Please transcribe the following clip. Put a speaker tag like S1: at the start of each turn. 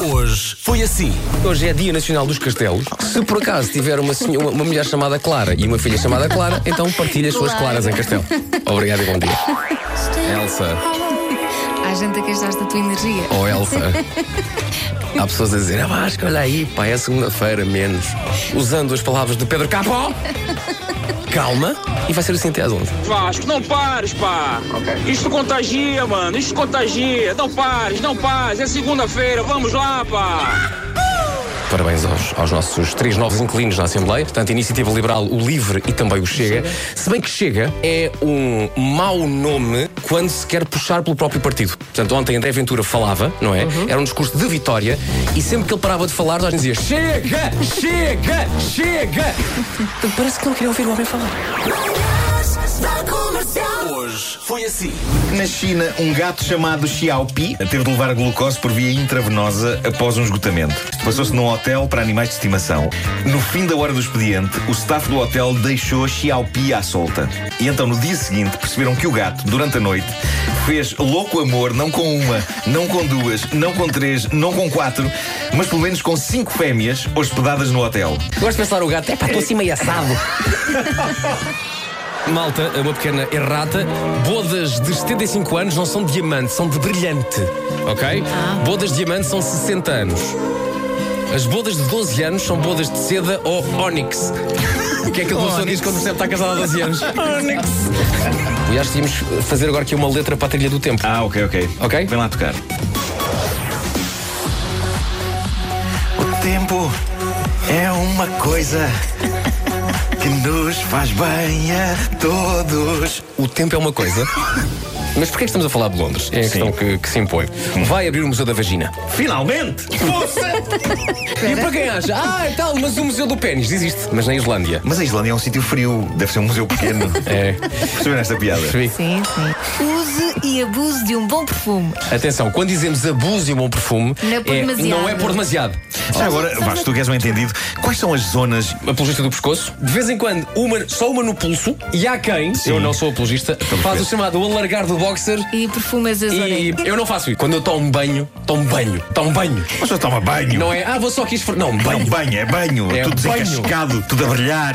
S1: Hoje foi assim.
S2: Hoje é Dia Nacional dos Castelos. Se por acaso tiver uma, senho- uma- uma mulher chamada Clara e uma filha chamada Clara, então partilhe as suas
S3: Claro.
S2: claras em castelo. Obrigado e bom dia. Elsa
S3: Há gente a queixar-se da tua energia.
S2: ou é Elsa. Há pessoas a dizer, ah, Vasco, olha aí, pá, é segunda-feira menos. Usando as palavras de Pedro Capó. Calma, e vai ser assim até às 11.
S4: Vasco, não pares, pá. Isto contagia, mano. Isto contagia. Não pares, não pares. É segunda-feira. Vamos lá, pá.
S2: Parabéns aos, aos nossos três novos inquilinos na Assembleia, portanto, a Iniciativa Liberal, o Livre e também o Chega. Se bem que Chega é um mau nome quando se quer puxar pelo próprio partido. Portanto, ontem André Ventura falava, não é? Era um discurso de vitória e sempre que ele parava de falar, nós dizia Chega! Chega! Chega! Então, Parece que não queria ouvir o homem falar.
S1: Hoje foi assim.
S5: Na China, um gato chamado Xiaopi teve de levar glucose por via intravenosa após um esgotamento. Isto Passou-se num hotel para animais de estimação. No fim da hora do expediente, o staff do hotel deixou Xiaopi à solta. E então, no dia seguinte, perceberam que o gato, durante a noite, fez louco amor não com uma, não com duas, não com três, não com quatro, mas pelo menos com cinco fêmeas hospedadas no hotel.
S2: Gosto de pensar o gato, é pá, estou assim meio assado. Malta, é uma pequena errata. Bodas de 75 anos não são de diamante, são de brilhante. Ok? Bodas de diamante são 60 anos. As bodas de 12 anos são bodas de seda ou ónix. O que é que a pessoa diz quando percebe que está casada há 12 anos? Ónix. E acho que íamos fazer agora aqui uma letra para a trilha do tempo.
S5: Ah, ok, ok.
S2: Ok.
S5: Vem lá tocar. O tempo é uma coisa que nos faz bem a todos.
S2: O tempo é uma coisa. Mas porquê é que estamos a falar de Londres? É a questão que, que se impõe. Vai abrir o Museu da Vagina.
S5: Finalmente!
S2: E para quem acha, ah, e tal, mas o Museu do Pênis existe. Mas na Islândia.
S5: Mas a Islândia é um sítio frio, deve ser um museu pequeno.
S2: É.
S5: Perceberam esta piada?
S3: Sim, sim. Use e abuse de um bom perfume.
S2: Atenção, quando dizemos abuse e um bom perfume,
S3: Não é por demasiado.
S2: não é por demasiado.
S5: Já agora,
S3: Sabes-
S5: Vasco, tu que és um entendido, quais são as zonas.
S2: Apologista do pescoço, de vez em quando, uma, só uma no pulso, e há quem, eu não sou apologista, faz o chamado alargar do boxer.
S3: E perfumas
S2: E
S3: azoré.
S2: eu não faço isso. Quando eu tomo banho, tomo banho, tomo banho.
S5: Mas só toma banho.
S2: Não é, ah, vou só aqui esfor... Não, banho.
S5: Não, banho, é banho.
S2: É
S5: tudo
S2: banho.
S5: desencascado, tudo a brilhar.